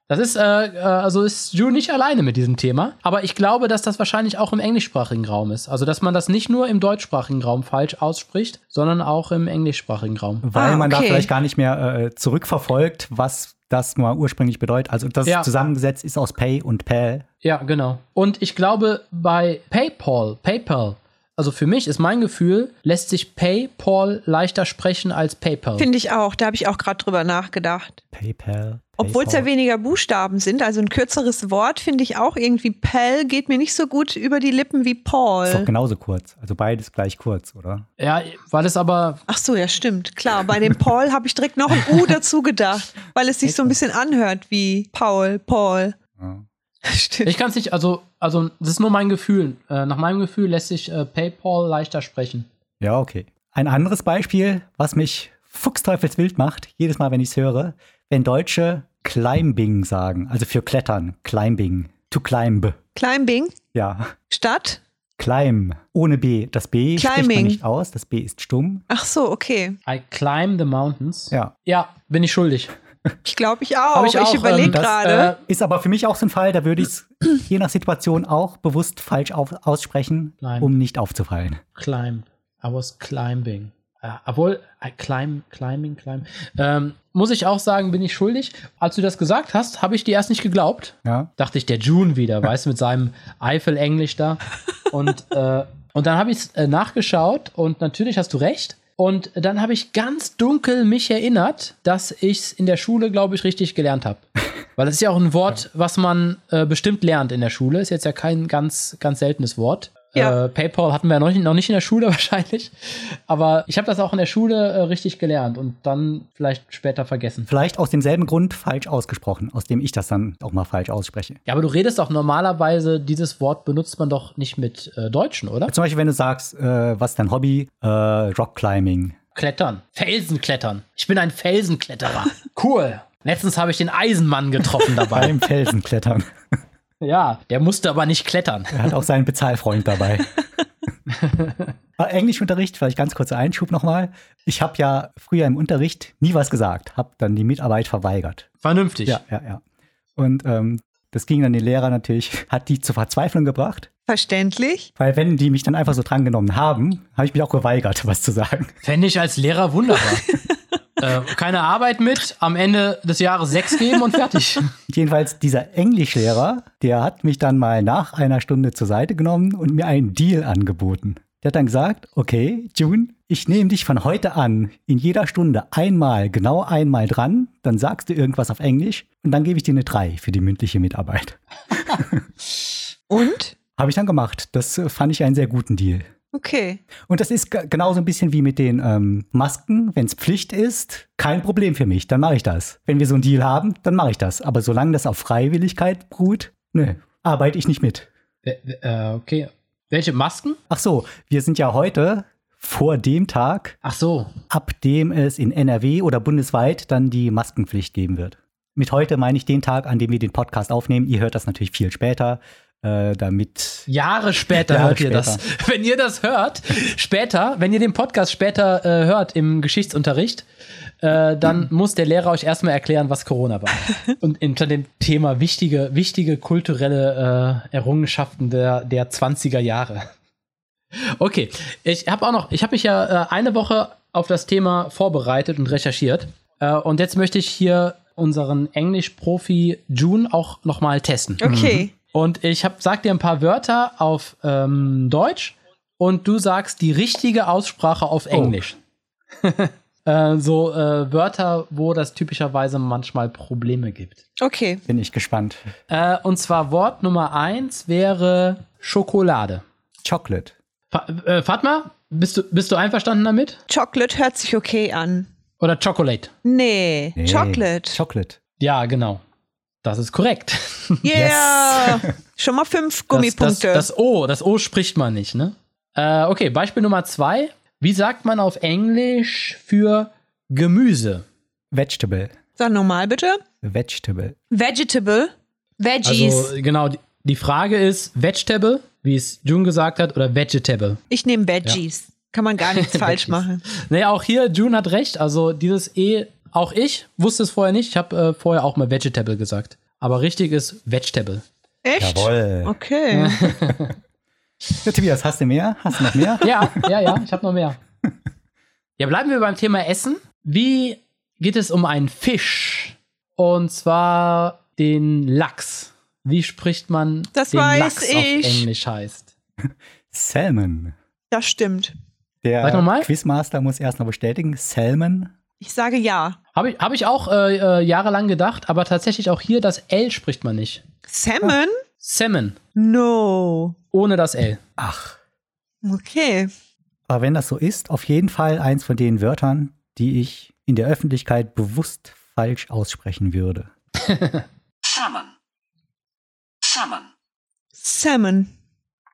Das ist, äh, äh, also ist Ju nicht alleine mit diesem Thema, aber ich glaube, dass das wahrscheinlich auch im englischsprachigen Raum ist. Also, dass man das nicht nur im deutschsprachigen Raum falsch ausspricht, sondern auch im englischsprachigen Raum. Weil Ah, man da okay. vielleicht gar nicht mehr äh, zurückverfolgt, was das mal ursprünglich bedeutet. Also das Ja. zusammengesetzt ist aus Pay und Pal. Ja, genau. Und ich glaube, bei PayPal, PayPal, also für mich ist mein Gefühl, lässt sich PayPal leichter sprechen als PayPal. Finde ich auch. Da habe ich auch gerade drüber nachgedacht. PayPal. Obwohl es ja PayPal. weniger Buchstaben sind, also ein kürzeres Wort, finde ich auch irgendwie. Pell geht mir nicht so gut über die Lippen wie Ist doch Paul. genauso kurz. Also beides gleich kurz, oder? Ja, weil es aber, Ach so, ja, stimmt. Klar, bei dem Paul habe ich direkt noch ein U dazu gedacht, weil es sich so ein bisschen anhört wie Paul, Paul. Ja. *laughs* Stimmt. ich kann es nicht, also, also, das ist nur mein Gefühl. Äh, nach meinem Gefühl lässt sich äh, PayPal leichter sprechen. Ja, okay. Ein anderes Beispiel, was mich fuchsteufelswild macht, jedes Mal, wenn ich es höre, wenn Deutsche Climbing sagen, also für Klettern, Climbing, to climb. Climbing Ja, statt? climb, ohne B. Das B spricht man Climbing. nicht aus, das B ist stumm. Ach so, okay. I climb the mountains. Ja. Ja, bin ich schuldig. Ich glaube, ich auch. Hab Oh, Ich, ich auch, überlege ähm, das, gerade. Ist aber für mich auch so ein Fall, da würde ich es je nach Situation auch bewusst falsch auf, aussprechen, Climb. um nicht aufzufallen. Climb. I was climbing. Ja, obwohl, I climb, climbing, climb. Ähm, muss ich auch sagen, bin ich schuldig. Als du das gesagt hast, habe ich dir erst nicht geglaubt. Ja. Dachte ich, der June wieder, weißt du, mit seinem Eifel-Englisch da. Und, äh, und dann habe ich es äh, nachgeschaut und natürlich hast du recht. Und dann habe ich ganz dunkel mich erinnert, dass ich es in der Schule, glaube ich, richtig gelernt habe. Weil das ist ja auch ein Wort, was man äh, bestimmt lernt in der Schule. Ist jetzt ja kein ganz, ganz seltenes Wort. Ja. Äh, PayPal hatten wir ja noch nicht, noch nicht in der Schule *laughs* wahrscheinlich. Aber ich habe das auch in der Schule äh, richtig gelernt und dann vielleicht später vergessen. Vielleicht aus demselben Grund falsch ausgesprochen, aus dem ich das dann auch mal falsch ausspreche. Ja, aber du redest auch normalerweise, dieses Wort benutzt man doch nicht mit äh, Deutschen, oder? Zum Beispiel, wenn du sagst, äh, was ist dein Hobby? Äh, Rockclimbing. Klettern. Felsenklettern. Ich bin ein Felsenkletterer. *laughs* Cool. Letztens habe ich den Eisenmann getroffen dabei. *laughs* Beim Felsenklettern. ja, der musste aber nicht klettern. Er hat auch seinen Bezahlfreund dabei. Aber Englischunterricht, vielleicht ganz kurzer Einschub nochmal. Ich habe ja früher im Unterricht nie was gesagt, habe dann die Mitarbeit verweigert. Vernünftig. Ja, ja, ja. Und ähm, das ging dann den Lehrer natürlich, hat die zur Verzweiflung gebracht, Verständlich. weil wenn die mich dann einfach so drangenommen haben, habe ich mich auch geweigert, was zu sagen. Fände ich als Lehrer *laughs* wunderbar. äh, keine Arbeit mit, am Ende des Jahres sechs geben und *laughs* fertig. Jedenfalls dieser Englischlehrer, der hat mich dann mal nach einer Stunde zur Seite genommen und mir einen Deal angeboten. Der hat dann gesagt, okay, June, ich nehme dich von heute an in jeder Stunde einmal, genau einmal dran, dann sagst du irgendwas auf Englisch und dann gebe ich dir eine 3 für die mündliche Mitarbeit. Und? Habe ich dann gemacht. Das äh, fand ich einen sehr guten Deal. Okay. Und das ist ge- genauso ein bisschen wie mit den ähm, Masken. Wenn es Pflicht ist, kein Problem für mich, dann mache ich das. Wenn wir so einen Deal haben, dann mache ich das. Aber solange das auf Freiwilligkeit beruht, nö, arbeite ich nicht mit. äh, okay. Welche Masken? Ach so, wir sind ja heute vor dem Tag, Ach so. ab dem es in NRW oder bundesweit dann die Maskenpflicht geben wird. Mit heute meine ich den Tag, an dem wir den Podcast aufnehmen. Ihr hört das natürlich viel später, äh, damit Jahre später *laughs* Jahre hört ihr später. das. *laughs* Wenn ihr das hört, später, wenn ihr den Podcast später äh, hört im Geschichtsunterricht, äh, *clears throat* dann muss der Lehrer euch erstmal erklären, was Corona *laughs* war. Und hinter dem Thema wichtige, wichtige kulturelle äh, Errungenschaften der, der 20er Jahre. Okay, ich habe auch noch, ich habe mich ja äh, eine Woche auf das Thema vorbereitet und recherchiert. Äh, und jetzt möchte ich hier unseren Englisch-Profi June auch nochmal testen. Okay. Und ich hab, sag dir ein paar Wörter auf ähm, Deutsch und du sagst die richtige Aussprache auf Englisch. *laughs* äh, so äh, Wörter, wo das typischerweise manchmal Probleme gibt. Okay. bin ich gespannt. Äh, und zwar Wort Nummer eins wäre Schokolade. Chocolate, Fa äh, Fatma, bist du, bist du einverstanden damit? Chocolate hört sich okay an. Oder Chocolate? Nee, Nee, Chocolate. Chocolate. Ja, genau. Das ist korrekt. *laughs* yeah! Schon mal fünf Gummipunkte. Das, das, das O, das O spricht man nicht, ne? Äh, okay, Beispiel Nummer zwei. Wie sagt man auf Englisch für Gemüse? Vegetable. Sag nochmal bitte. Vegetable. Vegetable. Veggies. Also genau, die- die Frage ist Vegetable, wie es June gesagt hat, oder Vegetable. ich nehme Veggies. Kann man gar *laughs* nichts falsch Veggies. machen. Naja, auch hier, June hat recht. Also dieses E, auch ich wusste es vorher nicht. Ich habe äh, vorher auch mal Vegetable gesagt. Aber richtig ist Vegetable. Echt? Jawohl. Okay. Ja, Tobias, hast du mehr? Hast du *laughs* noch mehr? Ja, ja, ja, ich habe noch mehr. Ja, bleiben wir beim Thema Essen. Wie geht es um einen Fisch? Und zwar den Lachs. Wie spricht man Das den weiß Lachs auf ich. Englisch heißt? Salmon. Das stimmt. Der Sag noch mal. Quizmaster muss erst noch bestätigen. Salmon. Ich sage ja. Habe ich, hab ich auch äh, äh, jahrelang gedacht, aber tatsächlich auch hier das L spricht man nicht. Salmon? Salmon, No. ohne das L. Ach. Okay. Aber wenn das so ist, auf jeden Fall eins von den Wörtern, die ich in der Öffentlichkeit bewusst falsch aussprechen würde. Salmon. Salmon. Salmon.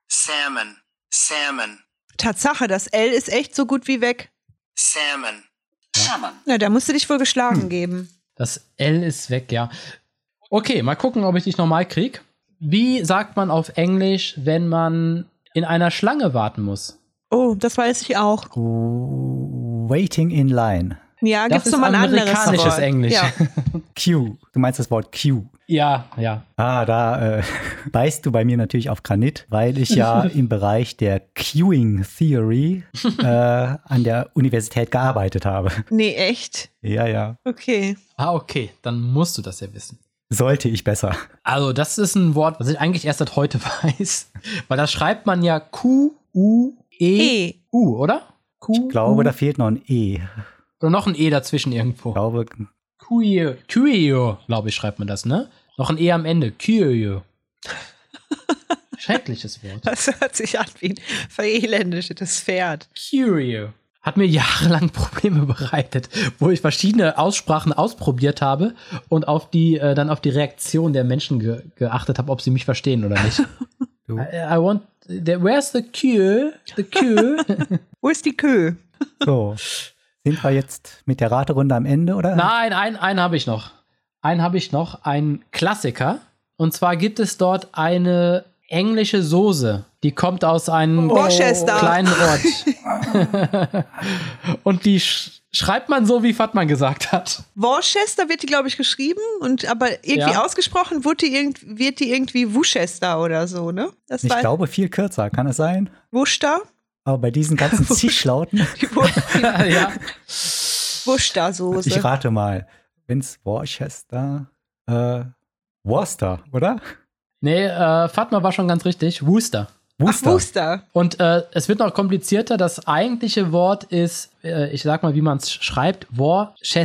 Salmon. Salmon. Tatsache, das L ist echt so gut wie weg. Salmon. Salmon. Na, da musst du dich wohl Hm. geschlagen geben. Das L ist weg, ja. Okay, mal gucken, ob ich dich nochmal krieg. Wie sagt man auf Englisch, wenn man in einer Schlange warten muss? Oh, das weiß ich auch. Waiting in line. Ja, Das gibt's ist noch mal ein anderes amerikanisches Wort. Englisch. Ja. Q. Du meinst das Wort Q. *laughs* Ja, ja. Ah, da äh, *laughs* beißt du bei mir natürlich auf Granit, weil *laughs* ich ja im Bereich der Queuing Theory äh, an der Universität gearbeitet habe. Nee, echt? Ja, ja. Okay. Ah, okay. Dann musst du das ja wissen. Sollte ich besser. Also, das ist ein Wort, was ich eigentlich erst seit heute *laughs* weiß. Weil da schreibt man ja Q-U-E-U, E. oder? Q E Ich glaube, Mhm. da fehlt noch ein E. Ich Oder noch ein E dazwischen irgendwo. E glaube, Cuyo, Cuyo, glaube ich, schreibt man das, ne? Noch ein E am *laughs* Ende. Cuyo. Schreckliches Wort. Das hört sich an wie ein verelendisches Pferd. Curio. Hat mir *laughs* jahrelang Probleme bereitet, wo ich verschiedene Aussprachen ausprobiert habe und auf die, äh, dann auf die Reaktion der Menschen ge geachtet habe, ob sie mich verstehen oder nicht. Du. I, I want. The, where's the queue? The queue? Wo ist die Kö? so. Sind wir jetzt mit der Raterunde am Ende, oder? Nein, einen, einen habe ich noch. Einen habe ich noch, einen Klassiker. Und zwar gibt es dort eine englische Soße, die kommt aus einem Worcester. kleinen Ort. *laughs* und die sch schreibt man so, wie Fatman gesagt hat. Worcester wird die, glaube ich, geschrieben, und aber irgendwie Ja. ausgesprochen wird die, irgend, wird die irgendwie Worcester oder so, ne? Das Ich war glaube, viel kürzer. Kann es sein? Worcester? *laughs* Aber bei diesen ganzen Zischlauten, Die Wor- *laughs* ja. die Worcester-Soße. ich rate mal, Vince Worcester, äh, Worcester, oder? Nee, äh, Fatma war schon ganz richtig. Wooster. Ach, Worcester. Und äh, es wird noch komplizierter. Das eigentliche Wort ist, äh, ich sag mal, wie man es schreibt,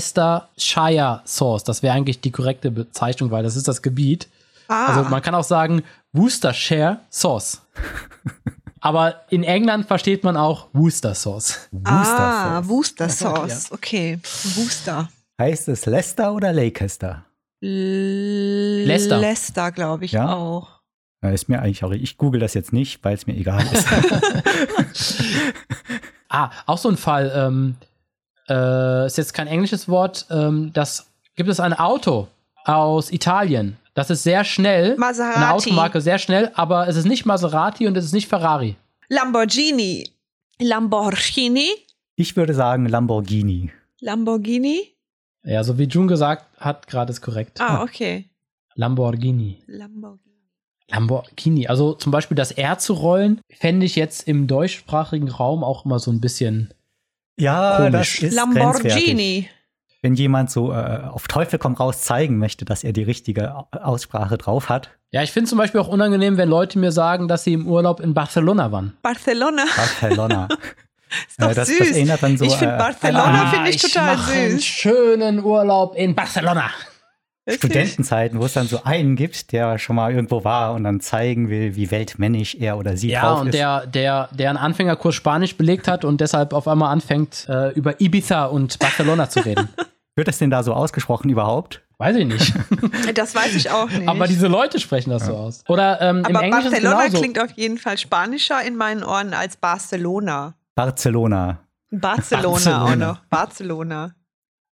Worcestershire Sauce. Das wäre eigentlich die korrekte Bezeichnung, weil das ist das Gebiet. Ah, Also man kann auch sagen Worcestershire Sauce. Aber in England versteht man auch Worcester Sauce. ah Worcester. Worcester-Sauce. Okay, Worcester. heißt es Leicester oder Leicester? Leicester. Leicester, glaube ich Ja. auch. Ja, ist mir eigentlich auch, ich google das jetzt nicht, weil es mir egal *laughs* ist. Ah, auch so ein Fall. Ähm, äh, ist jetzt kein englisches Wort. Ähm, das gibt es ein Auto aus Italien. Das ist sehr schnell. Eine Maserati. Automarke sehr schnell, aber es ist nicht Maserati und es ist nicht Ferrari. Lamborghini. Lamborghini. Ich würde sagen Lamborghini. Lamborghini. Ja, so wie June gesagt hat, gerade ist korrekt. Ah, okay. Lamborghini. Lamborghini. Lamborghini. Also zum Beispiel das R zu rollen, fände ich jetzt im deutschsprachigen Raum auch immer so ein bisschen. Ja, Komisch. das ist grenzwertig. Lamborghini. Wenn jemand so äh, auf Teufel komm raus zeigen möchte, dass er die richtige Au- Aussprache drauf hat, Ja, ich finde zum Beispiel auch unangenehm, wenn Leute mir sagen, dass sie im Urlaub in Barcelona waren. Barcelona. Barcelona. *laughs* Ist doch Äh, das, süß. das erinnert dann so Ah, ich finde Ah, äh, Barcelona finde ich, total mache einen süß. schönen Urlaub in Barcelona. Wirklich? Studentenzeiten, wo es dann so einen gibt, der schon mal irgendwo war und dann zeigen will, wie weltmännisch er oder sie Ja, drauf und ist. der, der, der einen Anfängerkurs Spanisch belegt hat und deshalb auf einmal anfängt, äh, über Ibiza und Barcelona zu *laughs* reden. Wird das denn da so ausgesprochen überhaupt? Weiß ich nicht. Das weiß ich auch nicht. Aber diese Leute sprechen das so aus. Oder ähm, im Aber Englischen ist Barcelona genauso. klingt auf jeden Fall spanischer in meinen Ohren als Barcelona. Barcelona. Barcelona, auch Barcelona. noch. Barcelona.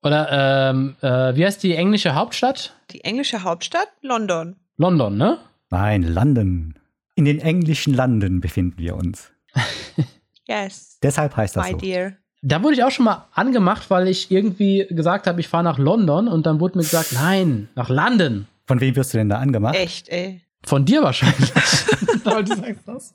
Oder ähm, äh, wie heißt die englische Hauptstadt? Die englische Hauptstadt? London. London, ne? Nein, London. In den englischen Landen befinden wir uns. Yes, Deshalb heißt das my so. dear. Da wurde ich auch schon mal angemacht, weil ich irgendwie gesagt habe, ich fahre nach London und dann wurde mir gesagt, nein, nach London. Von wem wirst du denn da angemacht? Echt, ey. Von dir wahrscheinlich. *laughs* Weil du sagst das.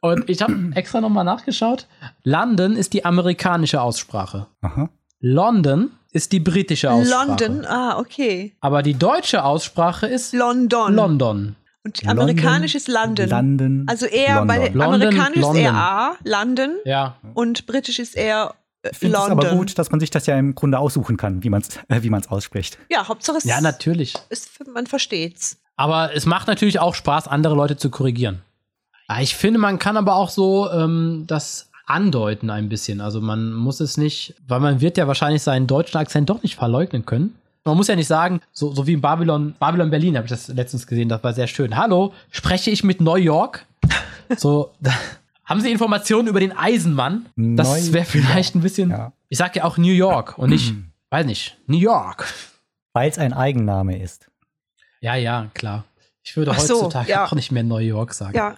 Und ich habe extra nochmal nachgeschaut. London ist die amerikanische Aussprache. Aha. London ist die britische Aussprache. London, ah, okay. Aber die deutsche Aussprache ist London. London. Und amerikanisch ist London. London. Also eher, London. weil London, amerikanisch ist London. eher A, London, Ja. und britisch ist eher äh, Ich finde es London. aber gut, dass man sich das ja im Grunde aussuchen kann, wie man es äh, wie man's *laughs* ausspricht. Ja, Hauptsache es Ja, natürlich. ist, man versteht's. Aber es macht natürlich auch Spaß, andere Leute zu korrigieren. Ah, Ich finde, man kann aber auch so ähm, das andeuten ein bisschen. Also man muss es nicht, weil man wird ja wahrscheinlich seinen deutschen Akzent doch nicht verleugnen können. Man muss ja nicht sagen, so, so wie in Babylon, Babylon Berlin habe ich das letztens gesehen, das war sehr schön. Hallo, spreche ich mit New York? So, da, haben Sie Informationen über den Eisenmann? Das Neu- wäre vielleicht ein bisschen, Ja. ich sage ja auch New York und nicht, weiß nicht, New York. Weil es ein Eigenname ist. Ja, ja, klar. Ich würde Ach so, heutzutage ja. auch nicht mehr New York sagen. Ja,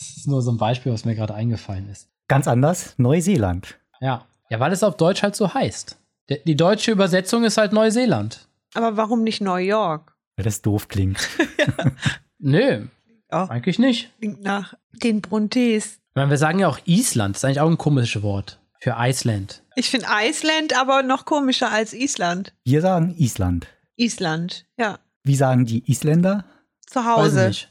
Das ist nur so ein Beispiel, was mir gerade eingefallen ist. Ganz anders, Neuseeland. Ja. Ja, weil es auf Deutsch halt so heißt. De- Die deutsche Übersetzung ist halt Neuseeland. aber warum nicht New York? Weil das doof klingt. Nö, Ja. eigentlich nicht. Klingt nach den Brontes. Ich meine, wir sagen ja auch Island, ist eigentlich auch ein komisches Wort für Iceland. Ich finde Island aber noch komischer als Island. Wir sagen Island. Island, ja. Wie sagen die Isländer? Zu Weiß ich Hause. nicht.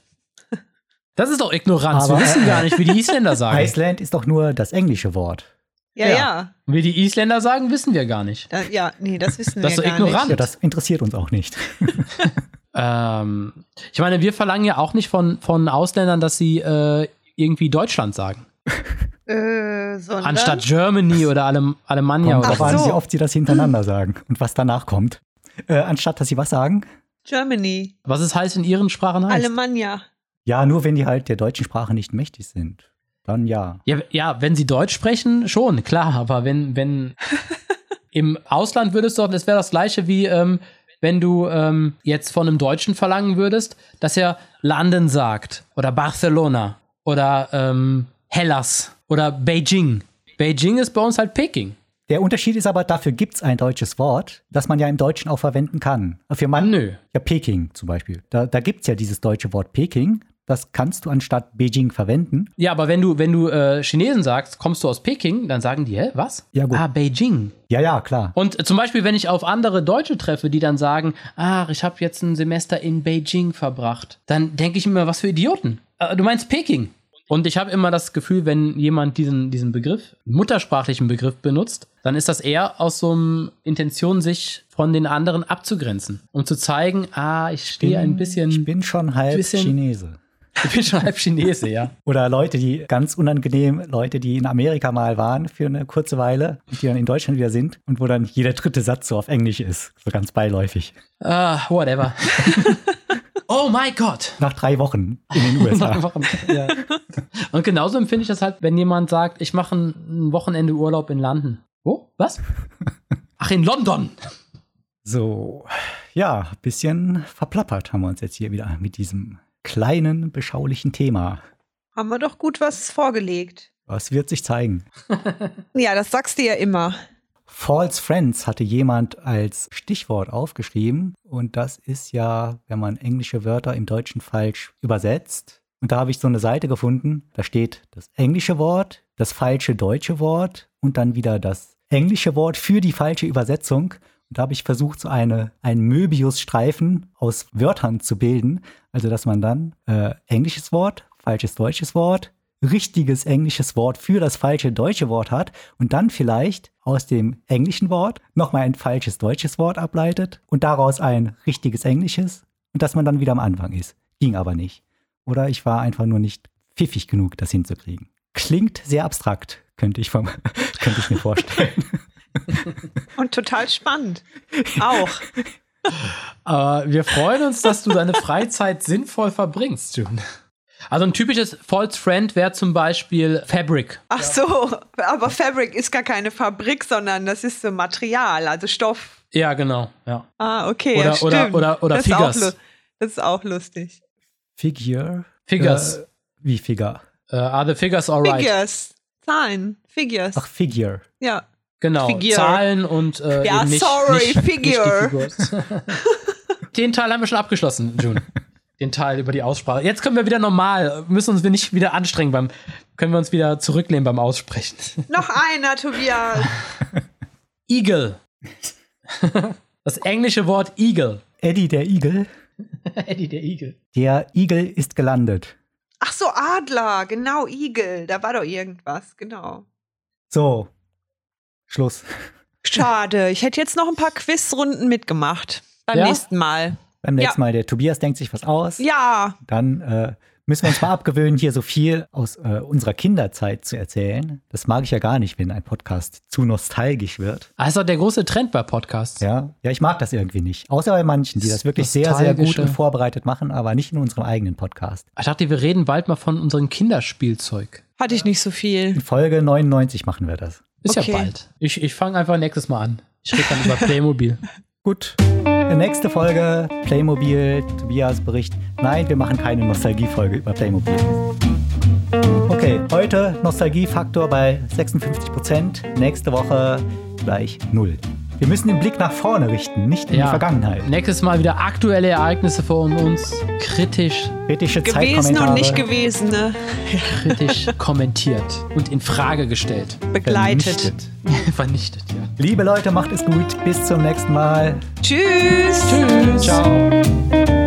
Das ist doch Ignoranz. Aber- äh, wir wissen gar nicht, wie die Isländer sagen. Iceland ist doch nur das englische Wort. Ja, Ja. ja. Und wie die Isländer sagen, wissen wir gar nicht. Da, ja, nee, das wissen Das ist wir so gar ignorant. Ja, das interessiert uns auch nicht. Ähm, ich meine, wir verlangen ja auch nicht von, von Ausländern, dass sie äh, irgendwie Deutschland sagen. nicht. Äh, sondern Anstatt Germany oder Alem Alemannia Kommt oder drauf Ach was. an, so. wie oft sie das hintereinander sagen und was danach kommt. Äh, anstatt, dass sie was sagen? Germany, Was es heißt in ihren Sprachen heißt. Alemannia. Ja, nur wenn die halt der deutschen Sprache nicht mächtig sind. Dann ja. Ja, ja, wenn sie Deutsch sprechen, schon, klar, aber wenn, wenn im Ausland würdest du, das wäre das gleiche wie, ähm, wenn du ähm, jetzt von einem Deutschen verlangen würdest, dass er London sagt oder Barcelona oder ähm, Hellas oder Beijing. Beijing ist bei uns halt Peking. Der Unterschied ist aber, dafür gibt es ein deutsches Wort, das man ja im Deutschen auch verwenden kann. Für man, Nö. Ja, Peking zum Beispiel. Da, da gibt es ja dieses deutsche Wort Peking. Das kannst du anstatt Beijing verwenden. Ja, aber wenn du, wenn du äh, Chinesen sagst, kommst du aus Peking, dann sagen die, hä, was? Ja, gut. Ah, Beijing. Ja, ja, klar. Und äh, zum Beispiel, wenn ich auf andere Deutsche treffe, die dann sagen, ach, ich habe jetzt ein Semester in Beijing verbracht, dann denke ich mir, was für Idioten. Äh, du meinst Peking. Und ich habe immer das Gefühl, wenn jemand diesen, diesen Begriff, muttersprachlichen Begriff benutzt, dann ist das eher aus so einem Intention, sich von den anderen abzugrenzen. Um zu zeigen, ah, ich stehe ein bisschen, Ich bin schon halb bisschen- Chinese. *laughs* ich bin schon halb Chinese, ja. Oder Leute, die ganz unangenehm, Leute, die in Amerika mal waren für eine kurze Weile und die dann in Deutschland wieder sind und wo dann jeder dritte Satz so auf Englisch ist. So ganz beiläufig. Ah, whatever. oh mein Gott. Nach drei Wochen in *laughs* den USA. Einfach ein- ja. Und genauso empfinde ich das halt, wenn jemand sagt, ich mache ein ein Wochenende Urlaub in London. Wo? Was? Ach, in London. So, ja, bisschen verplappert haben wir uns jetzt hier wieder mit diesem kleinen, beschaulichen Thema. Haben wir doch gut was vorgelegt. Was wird sich zeigen? Ja, das sagst du ja immer. False Friends hatte jemand als Stichwort aufgeschrieben und das ist ja, wenn man englische Wörter im Deutschen falsch übersetzt. Und da habe ich so eine Seite gefunden, da steht das englische Wort, das falsche deutsche Wort und dann wieder das englische Wort für die falsche Übersetzung. Und da habe ich versucht, so eine, einen Möbiusstreifen aus Wörtern zu bilden. Also, dass man dann äh, englisches Wort, falsches deutsches Wort, richtiges englisches Wort für das falsche deutsche Wort hat und dann vielleicht aus dem englischen Wort nochmal ein falsches deutsches Wort ableitet und daraus ein richtiges englisches und dass man dann wieder am Anfang ist. Ging aber nicht. Oder ich war einfach nur nicht pfiffig genug, das hinzukriegen. Klingt sehr abstrakt, könnte ich, vom, *laughs* könnte ich mir vorstellen. Und total spannend. Auch. Aber Äh, wir freuen uns, dass du deine Freizeit sinnvoll verbringst, June. Also ein typisches False Friend wäre zum Beispiel Fabric. Ach so, aber Fabric ist gar keine Fabrik, sondern das ist so Material, also Stoff. Ja, genau. Ja. Ah, okay. ja, Oder, stimmt. oder, oder, oder das ist, auch, lu- Figures. das ist auch lustig. *laughs* Figure. Figures. Äh, wie Figure? Äh, are the figures alright? Figures. Zahlen. Figures. Ach, Figure. Ja. Genau. Figure. Zahlen und äh, Ja, eben nicht, sorry, nicht, Figure. Nicht die Figures. *laughs* Den Teil haben wir schon abgeschlossen, June. Den Teil über die Aussprache. Jetzt können wir wieder normal, müssen uns wir nicht wieder anstrengen beim, können wir uns wieder zurücklehnen beim Aussprechen. *laughs* Noch einer, Tobias. Eagle. *laughs* Das englische Wort Eagle. Eddie der Igel. *laughs* Eddie der Igel. Der Igel ist gelandet. Ach so, Adler, genau, Igel. Da war doch irgendwas, genau. So. Schluss. Schade, ich hätte jetzt noch ein paar Quizrunden mitgemacht. Beim Ja? nächsten Mal. Beim nächsten Ja. Mal, der Tobias denkt sich was aus. Ja, Dann äh, müssen wir uns mal abgewöhnen, hier so viel aus äh, unserer Kinderzeit zu erzählen. Das mag ich ja gar nicht, wenn ein Podcast zu nostalgisch wird. Das Ah, ist doch der große Trend bei Podcasts. Ja, ja, ich mag das irgendwie nicht. Außer bei manchen, die das wirklich sehr, sehr gut Nostalgische. und vorbereitet machen, aber nicht in unserem eigenen Podcast. Ich dachte, wir reden bald mal von unserem Kinderspielzeug. hatte ich nicht so viel. In Folge 99 machen wir das. Ist Okay. ja bald. Ich, ich fange einfach nächstes Mal an. Ich rede dann *laughs* über Playmobil. Gut. Äh, Nächste Folge, Playmobil, Tobias Bericht. Nein, wir machen keine Nostalgie-Folge über Playmobil. Okay, heute Nostalgiefaktor bei 56%, nächste Woche gleich 0. Wir müssen den Blick nach vorne richten, nicht in die Vergangenheit. Nächstes Mal wieder aktuelle Ereignisse vor uns. Kritisch, Kritische Gewesen ne? Zeitkommentare. und nicht gewesene kritisch *laughs* kommentiert und in Frage gestellt. begleitet. vernichtet. Vernichtet, ja. Liebe Leute, macht es gut. Bis zum nächsten Mal. Tschüss. Tschüss. Ciao.